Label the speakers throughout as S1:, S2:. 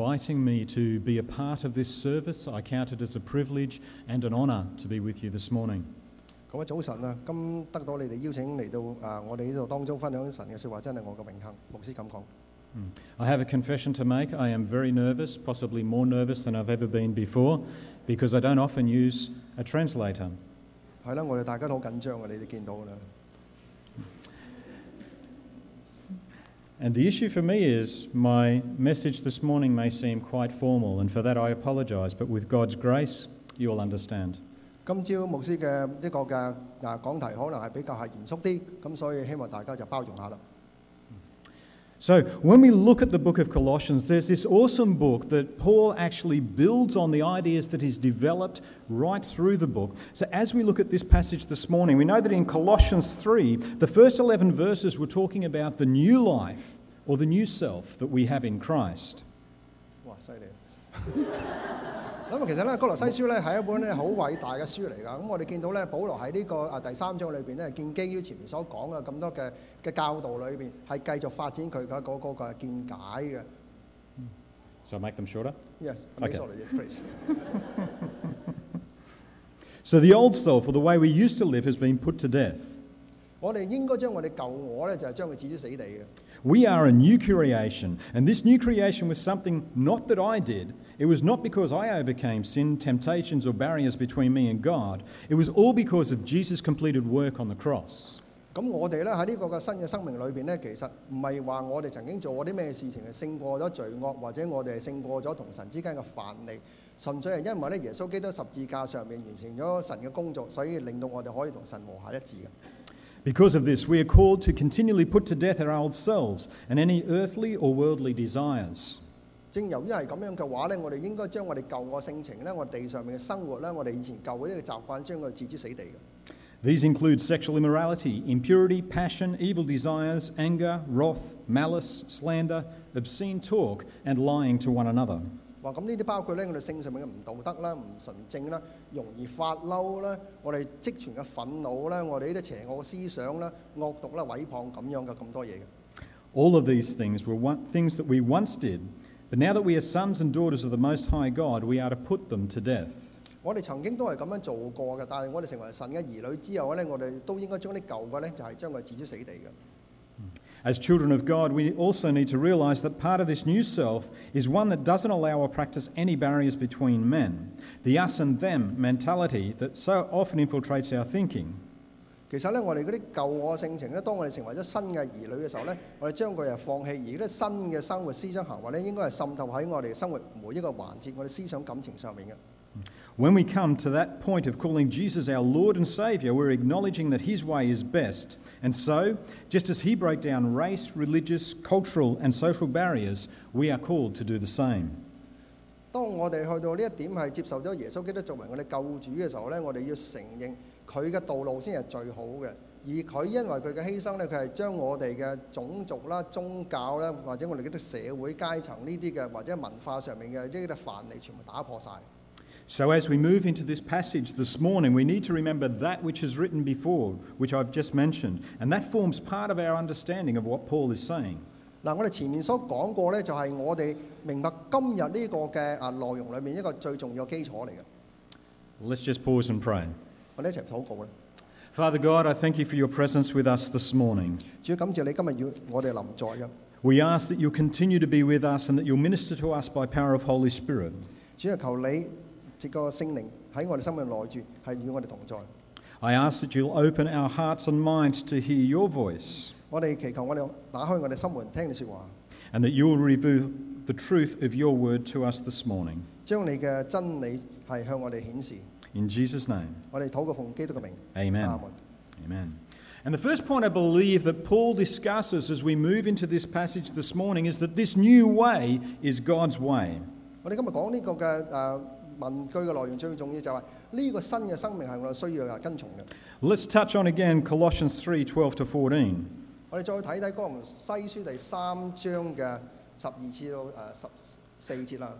S1: inviting me to be a part of this service. I count it as a privilege and an honour to be with you this morning.
S2: 各位早晨啊！今得到你哋邀請嚟到啊，我哋呢度當中分享神嘅説話，真係我嘅榮幸。牧師咁講，
S1: I have a confession to make. I am very nervous, possibly more nervous than I've ever been before, because I don't often use a translator.
S2: 係啦，我哋大家都好緊張啊！你哋見到㗎啦。
S1: And the issue for me is my message this morning may seem quite formal, and for that I apologise, but with God's grace, you'll understand.
S2: 今朝牧師嘅一個嘅啊講題可能係比較係嚴肅啲，咁所以希望大家就包容下啦。
S1: So, when we look at the book of Colossians, there's this awesome book that Paul actually builds on the ideas that he's developed right through the book. So, as we look at this passage this morning, we know that in Colossians 3, the first 11 verses were talking about the new life or the new self that we have in Christ.
S2: 哇！犀利。咁啊，其實咧《哥羅西書》咧係一本咧好偉大嘅書嚟㗎。咁我哋見到咧，保羅喺呢個啊第三章裏邊咧，建基於前面所講嘅咁多嘅嘅教導裏邊，係繼續發展佢嘅嗰個嘅見解嘅。
S1: So, make them shorter.
S2: Yes,
S1: Okay.
S2: sorry, yes, please.
S1: So, the old self or the way we used to live has been put to death.
S2: 我哋應該將我哋舊我咧，就係將佢置於死地嘅。
S1: We are a new creation, and this new creation was something not that I did. It was not because I overcame sin, temptations, or barriers between me and God. It was all because of Jesus' completed work on the cross.
S2: 咁我哋咧喺呢個嘅新嘅生命裏邊咧，其實唔係話我哋曾經做過啲咩事情係勝過咗罪惡，或者我哋係勝過咗同神之間嘅藩離，純粹係因為咧耶穌基督十字架上面完成咗神嘅工作，所以令到我哋可以同神和諧一致嘅。
S1: Because of this, we are called to continually put to death our old selves and any earthly or worldly desires.
S2: 正由於係咁樣嘅話咧，我哋應該將我哋舊我性情咧，我哋地上面嘅生活咧，我哋以前舊嗰啲嘅習慣，將佢置之死地嘅。
S1: These include sexual immorality, impurity, passion, evil desires, anger, wrath, malice, slander, obscene talk, and lying to one another.
S2: 話咁呢啲包括咧，我哋性上面嘅唔道德啦、唔純正啦、容易發嬲啦，我哋積存嘅憤怒啦，我哋呢啲邪惡嘅思想啦、惡毒啦、毀謗咁樣嘅咁多嘢嘅。
S1: All of these things were one, things that we once did, but now that we are sons and daughters of the Most High God, we are to put them to death.
S2: 我哋曾經都係咁樣做過嘅，但係我哋成為神嘅兒女之後咧，我哋都應該將啲舊嘅咧，就係將佢置之死地嘅。
S1: As children of God, we also need to realize that part of this new self is one that doesn't allow or practice any barriers between men, the us and them mentality that so often infiltrates our thinking.
S2: 其實咧，我哋嗰啲舊我性情咧，當我哋成為咗新嘅兒女嘅時候咧，我哋將佢係放棄，而嗰啲新嘅生活思想行為咧，應該係滲透喺我哋生活每一個環節、我哋思想感情上面嘅。
S1: When we come to that point of calling Jesus our Lord and Saviour, we're acknowledging that His way is best. And so, just as He broke down race, religious, cultural, and social barriers, we are called to do the same.
S2: 當我哋去到呢一點係接受咗耶穌基督作為我哋救主嘅時候呢我哋要承認佢嘅道路先係最好嘅。而佢因為佢嘅犧牲呢佢係將我哋嘅種族啦、宗教啦，或者我哋嗰啲社會階層呢啲嘅，或者文化上面嘅呢啲藩籬，全部打破晒。
S1: So, as we move into this passage this morning, we need to remember that which is written before, which I've just mentioned, and that forms part of our understanding of what Paul is saying.
S2: 嗱，我哋前面所講過呢，就係我哋明白今日呢個嘅啊內容裏面一個最重要嘅基礎嚟嘅。
S1: Let's just pause and pray.
S2: 我哋一齊禱告啦！
S1: Father God, I thank you for your presence with us this morning.
S2: 主感謝你今日要我哋臨在嘅。
S1: We ask that you'll continue to be with us and that you'll minister to us by power of Holy Spirit.
S2: 主啊，求你藉個聖靈喺我哋生命內住，係與我哋同在。
S1: I ask that you'll open our hearts and minds to hear your voice
S2: 我哋祈求我哋打開我哋心門，聽你説話，
S1: and that you'll reveal the truth of your word to us this morning.
S2: 將你嘅真理係向我哋顯示。
S1: In Jesus' name,
S2: 我哋禱告奉基督嘅名，
S1: amen.
S2: 阿門。
S1: Amen. And the first point I believe that Paul discusses as we move into this passage this morning is that this new way is God's way.
S2: 我哋今日講呢個嘅誒、呃文句嘅內容最重要就係呢個新嘅生命係我哋需要嘅跟從嘅。
S1: Let's touch on again Colossians 3 12 to 14.
S2: 我哋再睇睇《哥林西書》第三章嘅十二至到誒十四節啦。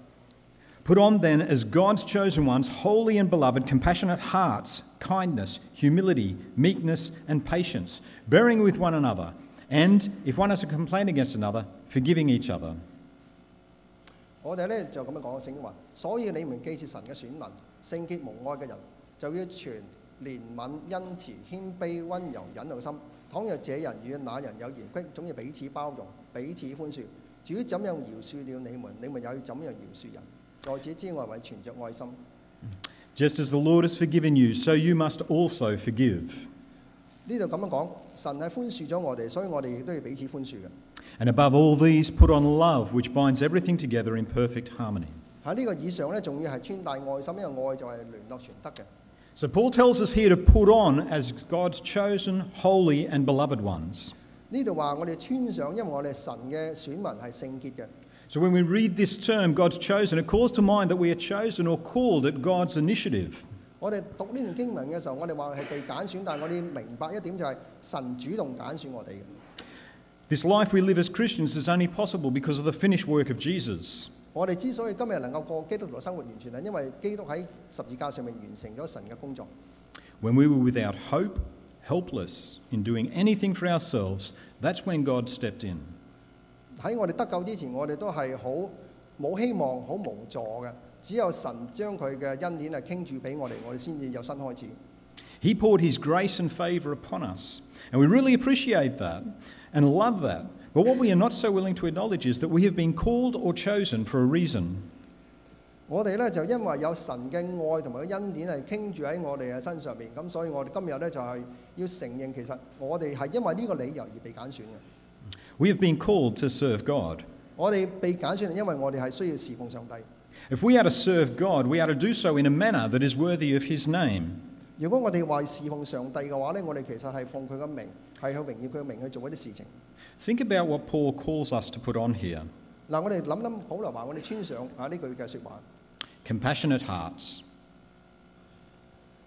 S1: Put on then, as God's chosen ones, holy and beloved, compassionate hearts, kindness, humility, meekness, and patience, bearing with one another, and if one has a complaint against another, forgiving each other.
S2: 我哋我哋咧就咁樣講聖經話，所以你們既是神嘅選民，聖潔無愛嘅人，就要存憐憫、恩慈、謙卑、温柔、忍耐嘅心。倘若這人與那人有嫌隙，總要彼此包容，彼此寬恕。主怎樣饒恕了你們，你們也要怎樣饒恕人。在此之外，為存着愛心。
S1: Just as the Lord has forgiven you, so you must also forgive.
S2: 呢度咁樣講，神係寬恕咗我哋，所以我哋亦都要彼此寬恕嘅。
S1: And above all these, put on love, which binds everything together in perfect harmony.
S2: 喺呢個以上咧，仲要係穿戴愛心，因為愛就係聯絡全德嘅。
S1: So Paul tells us here to put on as God's chosen, holy, and beloved ones.
S2: 呢度話我哋穿上，因為我哋係神嘅選民係聖潔嘅。
S1: So when we read this term, God's chosen, it calls to mind that we are chosen or called at God's initiative.
S2: 我哋讀呢段經文嘅時候，我哋話係被揀選，但係我哋明白一點就係神主動揀選我哋嘅。
S1: This life we live as Christians is only possible because of the finished work of Jesus.
S2: 我哋之所以今日能夠過基督徒生活，完全係因為基督喺十字架上面完成咗神嘅工作。
S1: When we were without hope, helpless in doing anything for ourselves, that's when God stepped in.
S2: 喺我哋得救之前，我哋都係好冇希望、好無助嘅。只有神將佢嘅恩典係傾注俾我哋，我哋先至有新開始。
S1: He poured His grace and favour upon us, and we really appreciate that and love that. But what we are not so willing to acknowledge is that we have been called or chosen for a reason.
S2: 我哋咧就因為有神嘅愛同埋個恩典係傾住喺我哋嘅身上面，咁所以我哋今日咧就係、要承認，其實我哋係因為呢個理由而被揀選嘅。
S1: We have been called to serve God.
S2: 我哋被揀選係因為我哋係需要侍奉上帝。
S1: If we are to serve God, we are to do so in a manner that is worthy of His name.
S2: 如果我哋話侍奉上帝嘅話咧，我哋其實係奉佢嘅名，係去榮耀佢嘅名去做一啲事情。
S1: Think about what Paul calls us to put on here
S2: 嗱，我哋諗諗保羅話我哋穿上啊呢句嘅説話，
S1: compassionate hearts,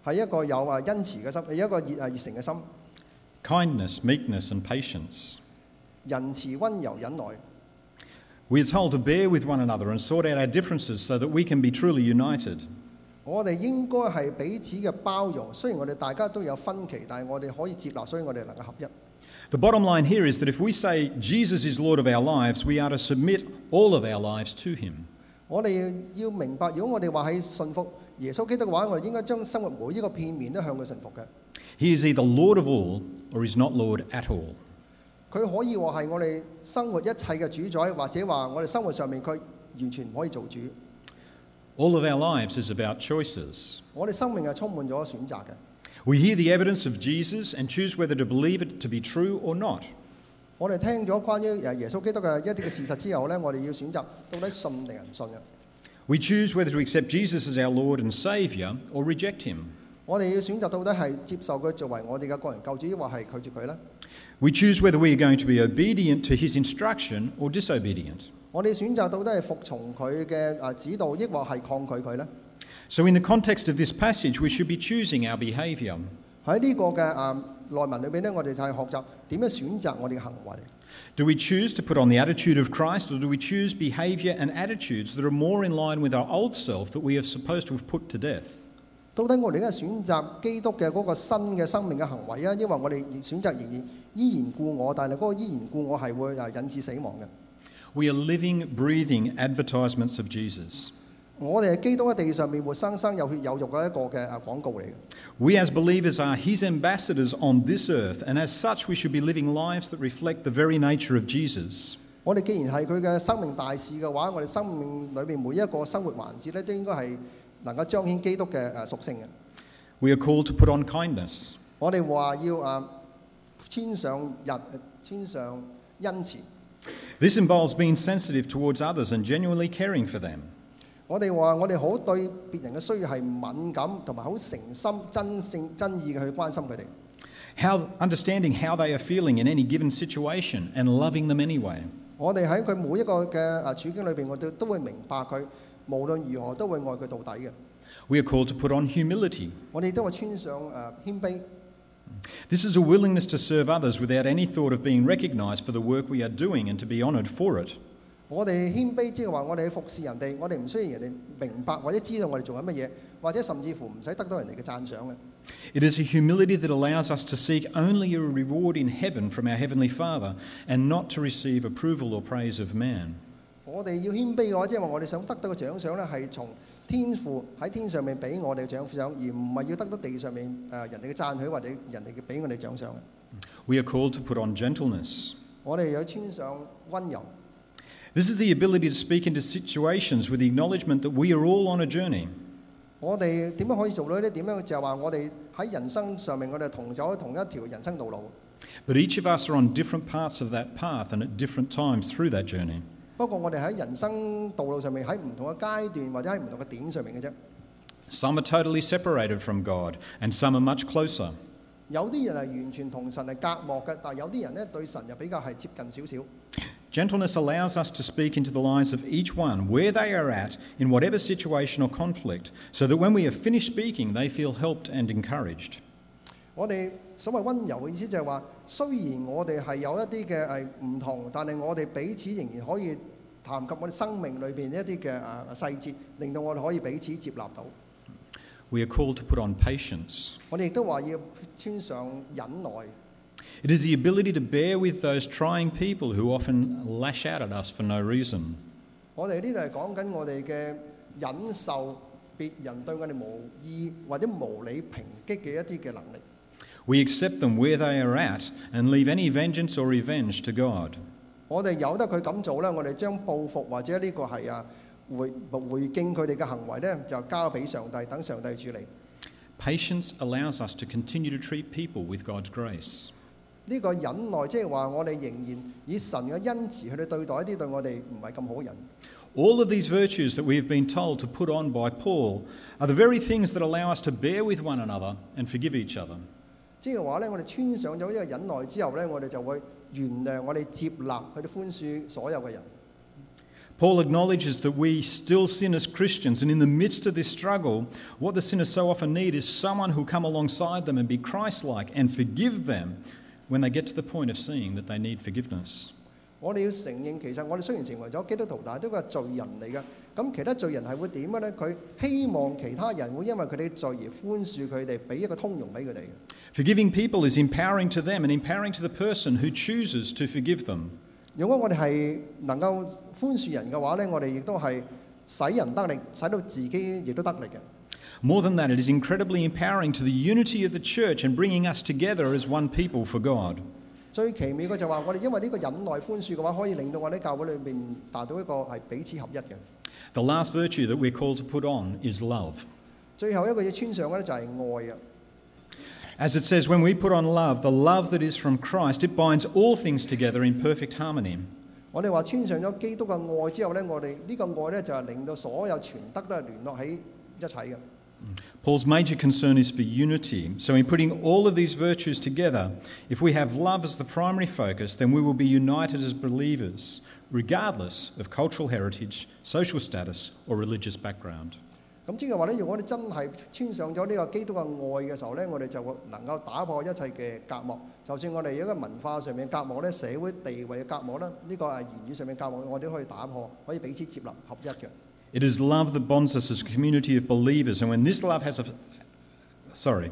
S2: 係一個有啊恩慈嘅心，係一個熱啊熱誠嘅心，
S1: kindness, meekness, and patience.
S2: 仁慈、温柔、忍耐。
S1: We are told to bear with one another and sort out our differences so that we can be truly united.
S2: 我哋應該係彼此嘅包容，雖然我哋大家都有分歧，但係我哋可以接納，所以我哋能夠合一。
S1: The bottom line here is that if we say Jesus is Lord of our lives, we are to submit all of our lives to Him.
S2: 我哋要明白，如果我哋話係信服耶穌基督嘅話，我哋應該將生活每一個片面都向佢信服嘅。
S1: He is either Lord of all or is not Lord at all.
S2: 佢可以話係我哋生活一切嘅主宰，或者話我哋生活上面佢完全唔可以做主。
S1: All of our lives is about choices.
S2: 我哋生命係充滿咗選擇嘅。
S1: We hear the evidence of Jesus and choose whether to believe it to be true or not.
S2: 我哋聽咗關於誒耶穌基督嘅一啲嘅事實之後呢，我哋要選擇到底信定係唔信嘅。
S1: We choose whether to accept Jesus as our Lord and Saviour or reject Him.
S2: 我哋要選擇到底係接受佢作為我哋嘅個人救主，抑或係拒絕佢呢？
S1: We choose whether we are going to be obedient to His instruction or disobedient.
S2: 我哋選擇到底係服從佢嘅誒指導，抑或係抗拒佢呢？
S1: So, in the context of this passage, we should be choosing our behaviour.
S2: 喺呢個嘅誒內文裏邊呢，我哋就係學習點樣選擇我哋嘅行為。
S1: Do we choose to put on the attitude of Christ, or do we choose behaviour and attitudes that are more in line with our old self that we are supposed to have put to death?
S2: 到底我哋而家選擇基督嘅嗰個新嘅生命嘅行為啊，因為我哋選擇仍然依然故我，但係嗰個依然故我係會誒引致死亡嘅。
S1: We are living, breathing advertisements of Jesus.
S2: 我哋係基督喺地上面活生生有血有肉嘅一個嘅誒廣告嚟嘅。
S1: We as believers are His ambassadors on this earth, and as such, we should be living lives that reflect the very nature of Jesus.
S2: 我哋既然係佢嘅生命大事嘅話，我哋生命裏面每一個生活環節咧，都應該係能夠彰顯基督嘅誒屬性嘅。
S1: We are called to put on kindness.
S2: 我哋話要誒穿上人，啊穿上恩慈。
S1: This involves being sensitive towards others and genuinely caring for them.
S2: 我哋話我哋好對別人嘅需要係敏感，同埋好誠心、真性、真意嘅去關心佢哋。
S1: How, understanding how they are feeling in any given situation and loving them anyway.
S2: 我哋喺佢每一個嘅誒處境裏邊，我哋都會明白佢，無論如何都會愛佢到底嘅。
S1: We are called to put on humility.
S2: 我哋都會穿上誒、呃謙卑。
S1: This is a willingness to serve others without any thought of being recognised for the work we are doing and to be honoured for it.
S2: 我哋謙卑即係話，我哋去服侍人哋，我哋唔需要人哋明白或者知道我哋做緊乜嘢，或者甚至乎唔使得到人哋嘅讚賞嘅。
S1: It is a humility that allows us to seek only a reward in heaven from our Heavenly Father and not to receive approval or praise of man.
S2: 我哋要謙卑嘅話，即係話我哋想得到嘅獎賞咧，係從天父喺天上面俾我哋嘅獎賞，而唔係要得到地上面誒、呃人哋嘅讚許或者人哋嘅俾我哋獎賞。
S1: We are called to put on gentleness.
S2: 我哋有穿上温柔，
S1: This is the ability to speak into situations with the acknowledgement that we are all on a journey.
S2: 我哋點樣可以做到呢？點樣就係話我哋喺人生上面，我哋同走同一條人生道路。
S1: But each of us are on different parts of that path and at different times through that journey.
S2: 不過我哋喺人生道路上面，喺唔同嘅階段或者喺唔同嘅點上面嘅啫。
S1: Some are totally separated from God, and some are much closer.
S2: 有啲人係完全同神係隔膜嘅，但係有啲人呢對神又比較係接近少少。
S1: Gentleness allows us to speak into the lives of each one where they are at in whatever situation or conflict, so that when we have finished speaking, they feel helped and encouraged.
S2: 我哋所謂温柔嘅意思就係話，雖然我哋係有一啲嘅係唔同，但係我哋彼此仍然可以談及我哋生命裏邊一啲嘅誒細節，令到我哋可以彼此接納到。
S1: We are called to put on patience.
S2: 我哋亦都話要穿上忍耐，
S1: It is the ability to bear with those trying people who often lash out at us for no reason.
S2: 我哋呢度係講緊我哋嘅忍受別人對我哋無意或者無理抨擊嘅一啲嘅能力。
S1: We accept them where they are at and leave any vengeance or revenge to God.
S2: 我哋由得佢咁做咧，我哋將報復或者呢個係啊回回敬佢哋嘅行為咧，就交俾上帝，等上帝處理。
S1: Patience allows us to continue to treat people with God's grace.
S2: 呢個忍耐，即係話我哋仍然以神嘅恩慈去到對待一啲對我哋唔係咁好嘅人。
S1: All of these virtues that we have been told to put on by Paul are the very things that allow us to bear with one another and forgive each other.
S2: 即係話咧，我哋穿上咗呢個忍耐之後咧，我哋就會原諒我哋接納佢哋寬恕所有嘅人。
S1: Paul acknowledges that we still sin as Christians, and in the midst of this struggle, what the sinners so often need is someone who'll come alongside them and be Christ like and forgive them when they get to the point of seeing that they need forgiveness.
S2: 我哋要承認，其實我哋雖然成為咗基督徒，但係都係罪人嚟嘅。咁其他罪人係會點嘅咧？佢希望其他人會因為佢哋嘅罪而寬恕佢哋，俾一個通融俾佢哋嘅。
S1: Forgiving people is empowering to them and empowering to the person who chooses to forgive them.
S2: 如果我哋係能夠寬恕人嘅話咧，我哋亦都係使人得力，使到自己亦都得力嘅。
S1: More than that, it is incredibly empowering to the unity of the church and bringing us together as one people for God.
S2: 最奇妙嘅就話，我哋因為呢個忍耐寬恕嘅話，可以令到我哋喺教會裏面達到一個係彼此合一嘅。
S1: The last virtue that we're called to put on is love.
S2: 最後一個要穿上嘅咧就係愛啊！
S1: As it says, when we put on love, the love that is from Christ, it binds all things together in perfect harmony.
S2: 我哋話穿上咗基督嘅愛之後咧，我哋呢個愛咧就係令到所有全德都係聯絡喺一齊嘅。
S1: Paul's major concern is for unity. So, in putting all of these virtues together, if we have love as the primary focus, then we will be united as believers, regardless of cultural heritage, social status, or religious background.
S2: 咁即係話咧，如果我哋真係穿上咗呢個基督嘅愛嘅時候咧，我哋就會能夠打破一切嘅隔膜。就算我哋有一個文化上面嘅隔膜咧、社會地位嘅隔膜咧、呢、個係言語上面嘅隔膜，我哋都可以打破，可以彼此接納合一嘅。
S1: It is love that bonds us as a community of believers, and when this love has a sorry,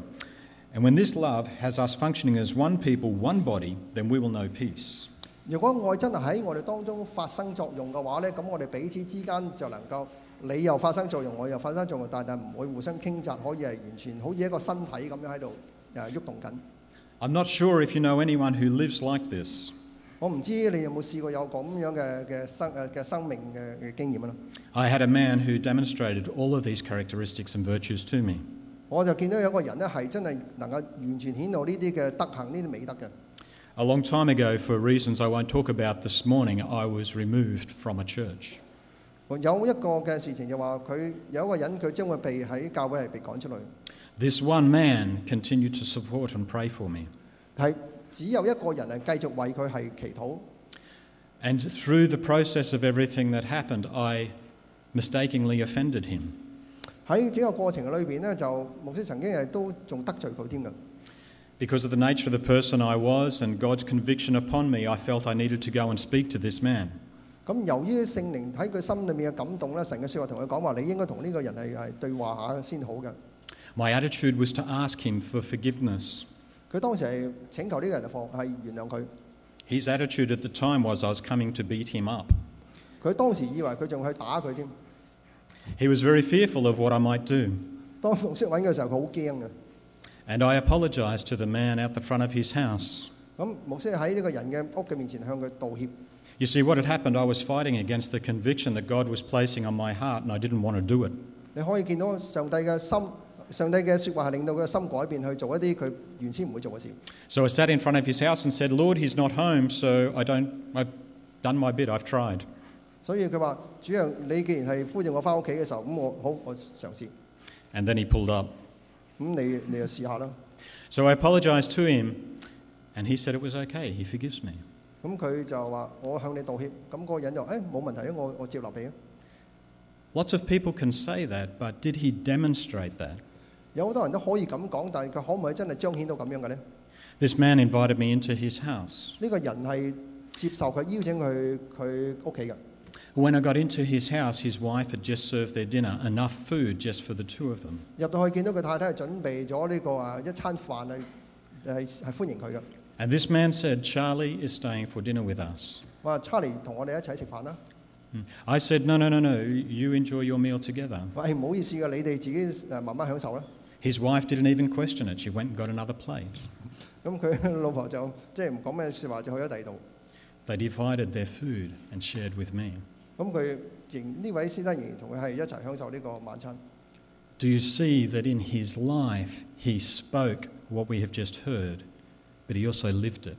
S1: and when this love has us functioning as one people, one body, then we will know peace.
S2: 如果愛真係喺我哋當中發生作用嘅話咧，咁我哋彼此之間就能夠你又發生作用，我又發生作用，但係唔會互相傾軋，可以係完全好似一個身體咁樣喺度誒喐動緊。
S1: I'm not sure if you know anyone who lives like this.
S2: 我唔知你有冇試過有咁樣嘅嘅生誒嘅生命嘅嘅經驗啊？
S1: I had a man who demonstrated all of these characteristics and virtues to me.
S2: 我就見到有個人咧係真係能夠完全顯露呢啲嘅德行、呢啲美德嘅。
S1: A long time ago, for reasons I won't talk about this morning, I was removed from a church.
S2: 有一個嘅事情就話佢有一個人佢將會被喺教會係被趕出去，
S1: This one man continued to support and pray for me.
S2: 係只有一個人係繼續為佢係祈禱。
S1: And through the process of everything that happened, I mistakenly offended him.
S2: 喺整個過程裏邊咧，就牧師曾經係都仲得罪佢添嘅，
S1: Because of the nature of the person I was and God's conviction upon me, I felt I needed to go and speak to this man.
S2: 咁由於聖靈喺佢心裏面嘅感動咧，神嘅説話同佢講話，你應該同呢個人係係對話下先好嘅。
S1: My attitude was to ask him for forgiveness.
S2: 佢當時係請求呢個人放係原諒佢。
S1: His attitude at the time was I was coming to beat him up.
S2: 佢當時以為佢仲去打佢添。
S1: He was very fearful of what I might do,
S2: 當馮識揾嘅時候，佢好驚嘅。
S1: and I apologized to the man out the front of his house.
S2: 咁牧師喺呢個人嘅屋嘅面前向佢道歉。
S1: You see, what had happened, I was fighting against the conviction that God was placing on my heart, and I didn't want to do it.
S2: 你可以見到上帝嘅心，上帝嘅説話係令到佢嘅心改變，去做一啲佢原先唔會做嘅事。
S1: So I sat in front of his house and said, Lord, he's not home, so I don't, I've done my bit, I've tried.
S2: 所以佢話：主啊，你既然係呼召我翻屋企嘅時候，咁我好，我嘗試。咁
S1: And then he pulled up.
S2: 你你就試下啦。
S1: So I apologized to him, and he said it was okay, he forgives me.
S2: 咁佢就話：我向你道歉。咁、嗰個人就：誒、冇問題啊，我我接納你啊。
S1: Lots of people can say that, but did he demonstrate that?
S2: 有好多人都可以咁講，但係佢可唔可以真係彰顯到咁樣嘅呢？呢、
S1: This man invited me into his house.
S2: 個人係接受佢邀請佢佢屋企嘅。
S1: When I got into his house, his wife had just served their dinner, enough food just for the two of them.
S2: 入到去見到佢太太係準備咗呢個啊一餐飯係係係歡迎佢嘅。
S1: And this man said, Charlie is staying for dinner with us.
S2: 話 Charlie 同我哋一齊食飯啦。
S1: I said, No, no, no, no, you enjoy your meal together.
S2: 話誒唔好意思嘅，你哋自己誒慢慢享受啦。
S1: His wife didn't even question it. She went and got another plate.
S2: 咁佢老婆就即係唔講咩説話，就去咗第二度。
S1: They divided their food and shared with me.
S2: 咁佢仍呢位先生仍然同佢係一齊享受呢個晚餐。
S1: Do you see that in his life he spoke what we have just heard, but he also lived it?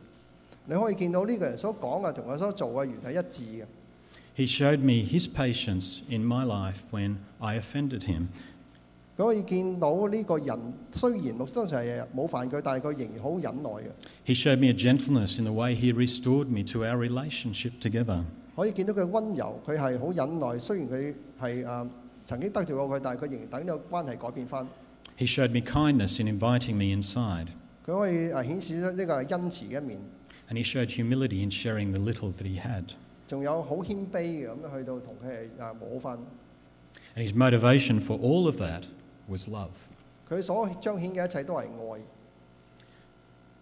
S2: 你可以見到呢個人所講嘅同佢所做嘅原係一致嘅。
S1: He showed me his patience in my life when I offended him.
S2: 佢可以見到呢個人雖然牧師當時係冇犯佢，但係佢仍然好忍耐嘅。
S1: He showed me a gentleness in the way he restored me to our relationship together.
S2: 可以見到佢温柔，佢係好忍耐。雖然佢係誒曾經得罪過佢，但係佢仍然等呢個關係改變翻。
S1: He showed me kindness in inviting me inside,
S2: 佢可以誒啊顯示出呢個係恩慈嘅一面，
S1: and he showed humility in sharing the little that he had.
S2: 仲有好謙卑嘅咁樣去到同佢啊係誒冇翻。
S1: And his motivation for all of that was love.
S2: 佢所彰顯嘅一切都係愛。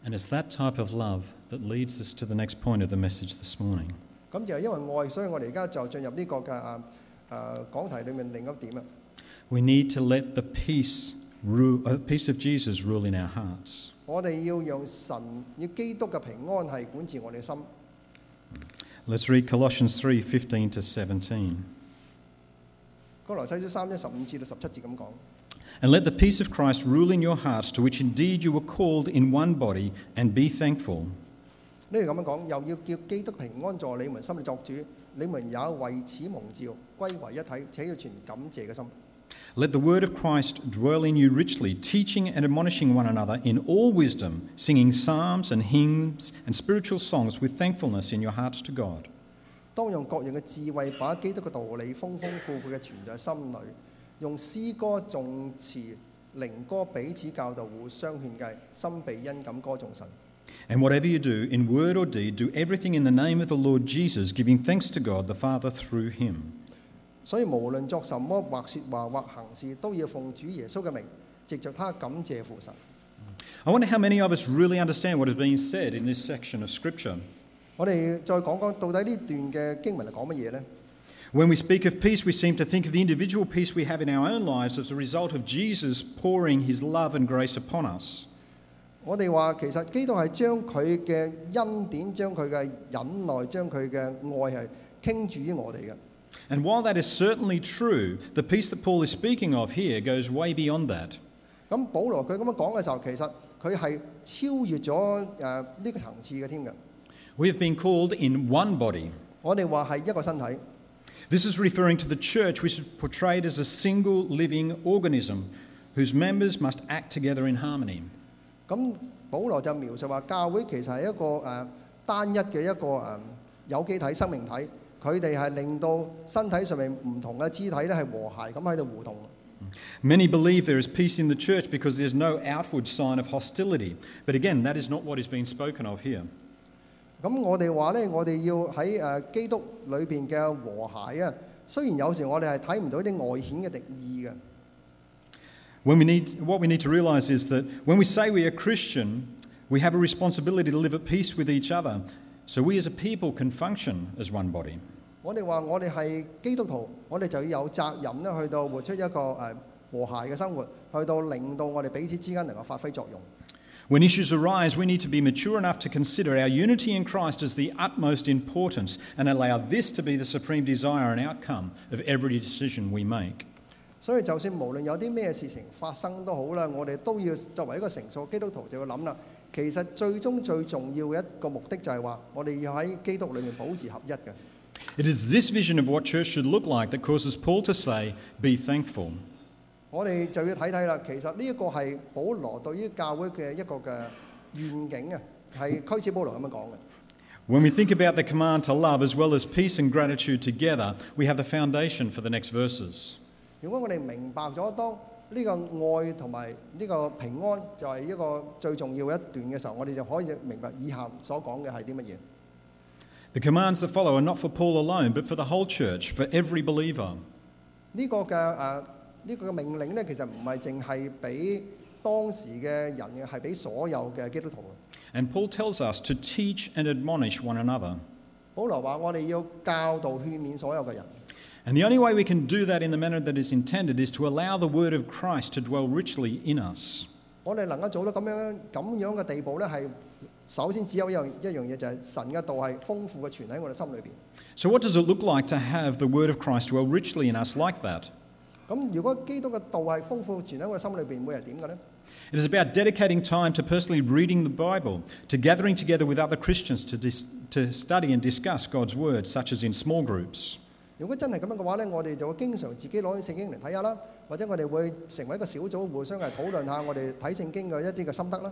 S1: And it's that type of love that leads us to the next point of the message this morning.
S2: 咁就係因為愛，所以我哋而家就進入呢個嘅誒誒講題裡面另一點啊。
S1: We need to let the peace, rule, uh, peace of Jesus rule in our hearts.
S2: 我哋要讓神要基督嘅平安係管治我哋嘅心。
S1: Let's read Colossians 3 15 to 17.
S2: 哥羅西書三章十五至到十七節咁講。
S1: And let the peace of Christ rule in your hearts, to which indeed you were called in one body, and be thankful.
S2: 呢度咁樣講，又要叫基督平安在你們心裏作主，你們也為此蒙召，歸為一體，且要存感謝嘅心。
S1: Let the word of Christ dwell in you richly, teaching and admonishing one another in all wisdom, singing psalms and hymns and spiritual songs with thankfulness in your hearts to God.
S2: 當用各樣嘅智慧把基督嘅道理豐豐富富嘅存在心裏，用詩歌、頌詞、靈歌彼此教導，互相勸戒，心被恩感歌頌神。
S1: And whatever you do, in word or deed, do everything in the name of the Lord Jesus, giving thanks to God the Father through him.
S2: 所以無論作什麼或説話或行事，都要奉主耶穌嘅名，藉着他感謝父神。
S1: I wonder how many of us really understand what is being said in this section of Scripture.
S2: 我哋再講講到底呢段嘅經文係講乜嘢呢？
S1: When we speak of peace, we seem to think of the individual peace we have in our own lives as a result of Jesus pouring his love and grace upon us.
S2: 我哋話其實基督係將佢嘅恩典、將佢嘅忍耐、將佢嘅愛係傾注於我哋嘅。
S1: And while that is certainly true, the peace that Paul is speaking of here goes way beyond that.
S2: 咁保羅佢咁樣講嘅時候，其實佢係超越咗誒呢個層次嘅添嘅。
S1: We have been called in one body.
S2: 我哋話係一個身體，
S1: This is referring to the church, which is portrayed as a single living organism whose members must act together in harmony.
S2: 咁保羅就描述話教會其實係一個誒、呃、單一嘅一個誒、呃有機體生命體，佢哋係令到身體上面唔同嘅肢體咧係和諧咁喺度互動。
S1: Many believe there is peace in the church because there's no outward sign of hostility. But again, that is not what is being spoken of here.
S2: 咁我哋話咧，我哋要喺誒、呃基督裏邊嘅和諧啊。雖然有時我哋係睇唔到啲外顯嘅敵意嘅，
S1: When we need, what we need to realize is that when we say we are Christian, we have a responsibility to live at peace with each other so we as a people can function as one body.
S2: 我哋我哋話我哋係基督徒，我哋就要有責任咧，去到活出一個誒、呃和諧嘅生活，去到令到我哋彼此之間能夠發揮作用。
S1: When issues arise, we need to be mature enough to consider our unity in Christ as the utmost importance and allow this to be the supreme desire and outcome of every decision we make.
S2: 所以就算無論有啲咩事情發生都好啦，我哋都要作為一個成熟嘅基督徒就要諗啦。其實最終最重要嘅一個目的就係話，我哋要喺基督裏面保持合一嘅。
S1: It is this vision of what church should look like that causes Paul to say, Be thankful.
S2: 我哋就要睇睇啦。其實呢一個係保羅對於教會嘅一個嘅願景啊，係驅使保羅咁樣講嘅。
S1: When we think about the command to love as well as peace and gratitude together, we have the foundation for the next verses.
S2: 如果我哋明白咗當呢個愛同埋呢個平安就係一個最重要嘅一段嘅時候，我哋就可以明白以下所講嘅係啲乜嘢。
S1: The commands that follow are not for Paul alone, but for the whole church, for every believer.
S2: 呢個嘅誒呢個嘅命令呢，其實唔係淨係俾當時嘅人嘅，係俾所有嘅基督徒嘅。
S1: And Paul tells us to teach and admonish one another.
S2: 保羅話：我哋要教導勸勉所有嘅人。
S1: And the only way we can do that in the manner that is intended is to allow the word of Christ to dwell richly in us.
S2: 我哋能夠做到咁樣咁樣嘅地步呢，係首先只有一樣一樣嘢，就係神嘅道係豐富嘅存喺我哋心裏邊。
S1: So, what does it look like to have the word of Christ dwell richly in us like that?
S2: 咁如果基督嘅道係豐富存喺我哋心裏邊，會係點嘅呢？
S1: It is about dedicating time to personally reading the Bible, to gathering together with other Christians to, dis- to study and discuss God's word, such as in small groups.
S2: 如果真係咁樣嘅話呢，我哋就會經常自己攞起聖經嚟睇下啦，或者我哋會成為一個小組，互相嚟討論下我哋睇聖經嘅一啲嘅心得啦。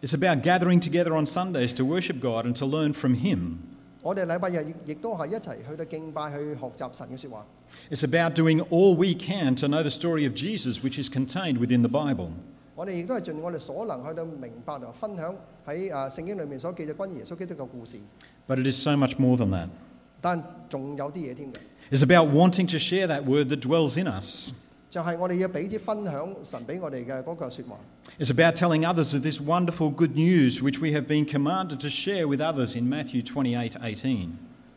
S1: It's about gathering together on Sundays to worship God and to learn from Him.
S2: 我哋禮拜日亦亦都係一齊去到敬拜，去學習神嘅説話。
S1: It's about doing all we can to know the story of Jesus, which is contained within the Bible.
S2: 我哋亦都係盡我哋所能去到明白同埋分享喺啊聖經裏面所記載關於耶穌基督嘅故事。
S1: But it is so much more than that.
S2: 但仲有啲嘢添嘅，
S1: It's about wanting to share that word that dwells in us.
S2: 就係、我哋要彼此分享神俾我哋嘅嗰個説話。
S1: It's about telling others of this wonderful good news which we have been commanded to share with others in Matthew 28 18.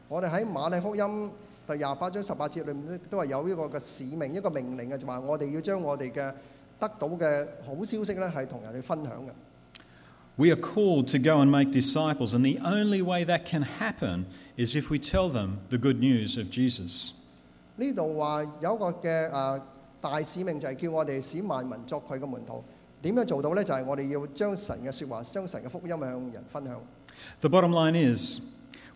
S2: 我哋喺馬太福音第廿八章十八節裏面都都係有呢個嘅使命，一個命令嘅，就話我哋要將我哋嘅得到嘅好消息咧，係同人哋分享嘅。
S1: We are called to go and make disciples, and the only way that can happen is if we tell them the good news of Jesus.
S2: 呢度話有一個嘅啊大使命就係叫我哋使萬民作佢嘅門徒。點樣做到呢？就係、我哋要將神嘅説話、將神嘅福音向人分享。
S1: The bottom line is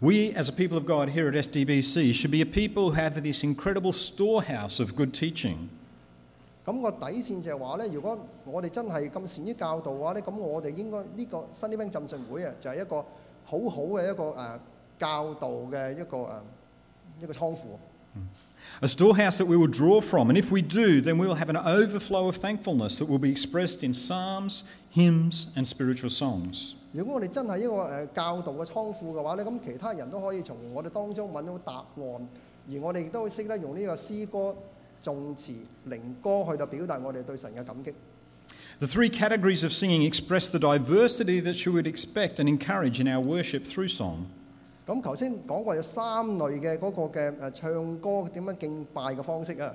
S1: we, as a people of God here at SDBC, should be a people who have this incredible storehouse of good teaching.
S2: 咁個底線就係話呢，如果我哋真係咁善於教導嘅話呢，咁我哋應該呢、個新啲兵浸信會啊，就係、一個好好嘅一個誒、啊教導嘅一個誒、啊一個倉庫。
S1: A storehouse that we will draw from, and if we do, then we will have an overflow of thankfulness that will be expressed in psalms, hymns, and spiritual songs.
S2: 如果我哋真係一個誒、呃教導嘅倉庫嘅話咧，咁其他人都可以從我哋當中揾到答案，而我哋亦都會識得用呢個詩歌、頌詞、靈歌去到表達我哋對神嘅感激。
S1: The three categories of singing express the diversity that you would expect and encourage in our worship through song.
S2: 咁頭先講過有三類嘅嗰個嘅誒唱歌點樣敬拜嘅方式啊，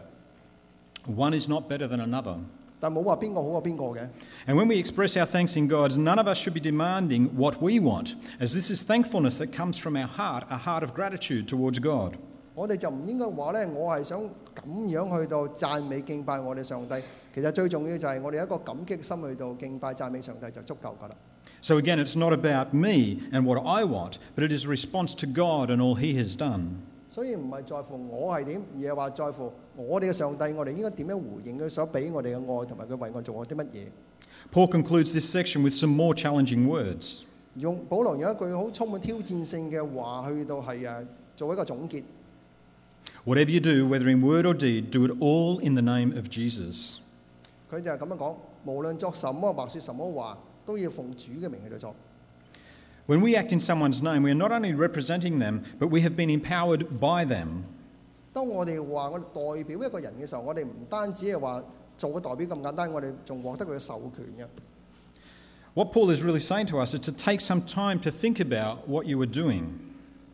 S1: One is not better than another.
S2: 但冇話邊個好過邊個嘅。
S1: And when we express our thanks in God, none of us should be demanding what we want, as this is thankfulness that comes from our heart, a heart of gratitude towards God.
S2: 我哋就唔應該話咧，我係想咁樣去到讚美敬拜我哋上帝。其實最重要就係我哋有一個感激嘅心去到敬拜讚美上帝就足夠㗎啦。
S1: So again, it's not about me and what I want, but it is a response to God and all He has done.
S2: 所以唔係在乎我係點，而係話在乎我哋嘅上帝，我哋應該點樣回應佢所俾我哋嘅愛，同埋佢為我做過啲乜嘢。
S1: Paul concludes this section with some more challenging words.
S2: 用保羅有一句好充滿挑戰性嘅話，去到係誒做一個總結。
S1: Whatever you do, whether in word or deed, do it all in the name of Jesus.
S2: 佢就係咁樣講：無論作什麼或説什麼話，都要奉主嘅名去到作。
S1: When we act in someone's name, we are not only representing them, but we have been empowered by them.
S2: 當我哋話我哋代表一個人嘅時候，我哋唔單止係話做個代表咁簡單，我哋仲獲得佢嘅授權嘅。
S1: What Paul is really saying to us is to take some time to think about what you are doing.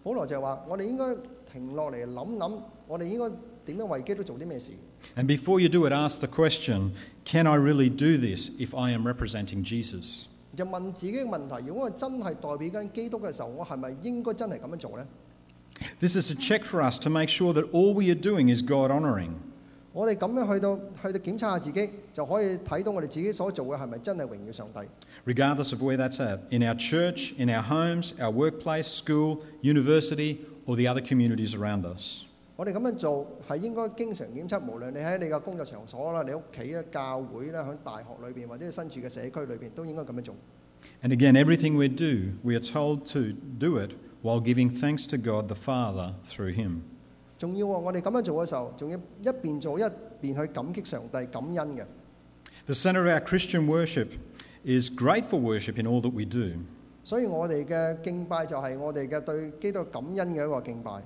S2: 保羅就係話：我哋應該停落嚟諗諗，我哋應該點樣為基督做啲咩事？
S1: And before you do it, ask the question Can I really do this if I am representing Jesus?
S2: 就問自己嘅問題：如果我真係代表緊基督嘅時候，我係咪應該真係咁樣做呢？
S1: This is a check for us to make sure that all we are doing is God honouring.
S2: 我哋咁樣去到去到檢查下自己，就可以睇到我哋自己所做嘅係咪真係榮耀上帝。
S1: regardless of where that's at in our church, in our homes, our workplace, school, university, or the other communities around us.
S2: 我哋咁樣做係應該經常檢測，無論你喺你嘅工作場所啦、你屋企啦、教會啦、喺大學裏邊或者你身處嘅社區裏邊，都應該咁樣做。
S1: And again, everything we do, we are told to do it while giving thanks to God the Father through Him.
S2: 仲要喎，我哋咁樣做嘅時候，仲要一邊做一邊去感激上帝、感恩嘅。
S1: The center of our Christian worship is grateful worship in all that we do.
S2: 所以我哋嘅敬拜就係我哋嘅對基督感恩嘅一個敬拜。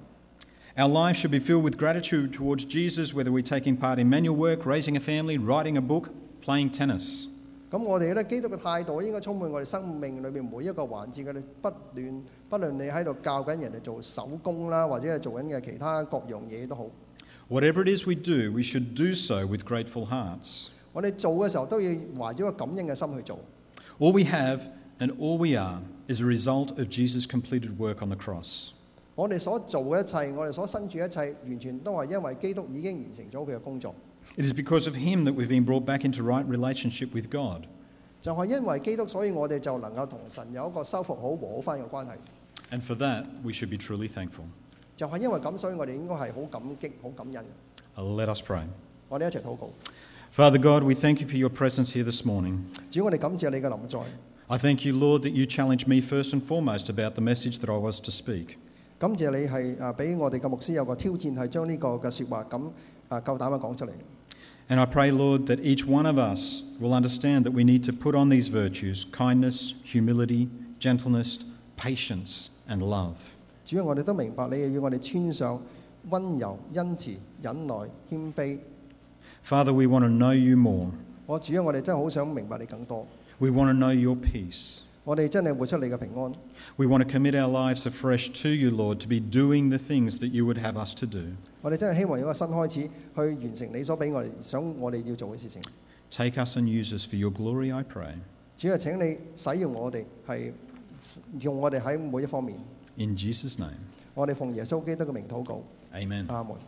S1: Our lives should be filled with gratitude towards Jesus, whether we're taking part in manual work, raising a family, writing a book, playing tennis.
S2: 咁我哋咧，基督嘅態度應該充滿我哋生命裏面每一個環節嘅，你不斷不論你喺度教緊人哋做手工啦，或者係做緊嘅其他各樣嘢都好，
S1: Whatever it is we do, we should do so with grateful hearts.
S2: 我哋做嘅時候都要懷咗個感恩嘅心去做。
S1: All we have and all we are is a result of Jesus' completed work on the cross.
S2: 我哋所做嘅一切，我哋所身處嘅一切，完全都係因為基督已經完成咗佢嘅工作，
S1: It is because of him that we've been brought back into right relationship with God.
S2: 就係、因為基督，所以我哋就能夠同神有一個修復好和好翻嘅關係。
S1: And for that, we should be truly thankful.
S2: 就係、因為咁，所以我哋應該係好感激、好感恩嘅。
S1: Uh, Let us pray.
S2: 我哋一齊禱告，
S1: Father God, we thank you for your presence here this morning.
S2: 主，我哋感謝你嘅臨在。
S1: I thank you, Lord, that you challenged me first and foremost about the message that I was to speak.
S2: 感謝你係啊，俾我哋嘅牧師有個挑戰，係將呢個嘅説話咁啊夠膽嘅講出嚟。
S1: And I pray, Lord, that each one of us will understand that we need to put on these virtues kindness, humility, gentleness, patience, and love.
S2: 主啊要我哋都明白，你又要我哋穿上温柔、恩慈、忍耐、謙卑。
S1: Father, we want to know you more.
S2: 我主要啊我哋真係好想明白你更多。
S1: We want to know your peace.
S2: 我哋真係活出你嘅平安。
S1: We want to commit our lives afresh to you, Lord, to be doing the things that you would have us to do.
S2: 我哋真係希望有一個新開始，去完成你所俾我哋想我哋要做嘅事情。
S1: Take us and use us for your glory, I pray.
S2: 主要啊請你使用我哋，係用我哋喺每一方面。
S1: In Jesus' name,
S2: 我哋奉耶穌基督嘅名禱告，
S1: amen.
S2: 阿門。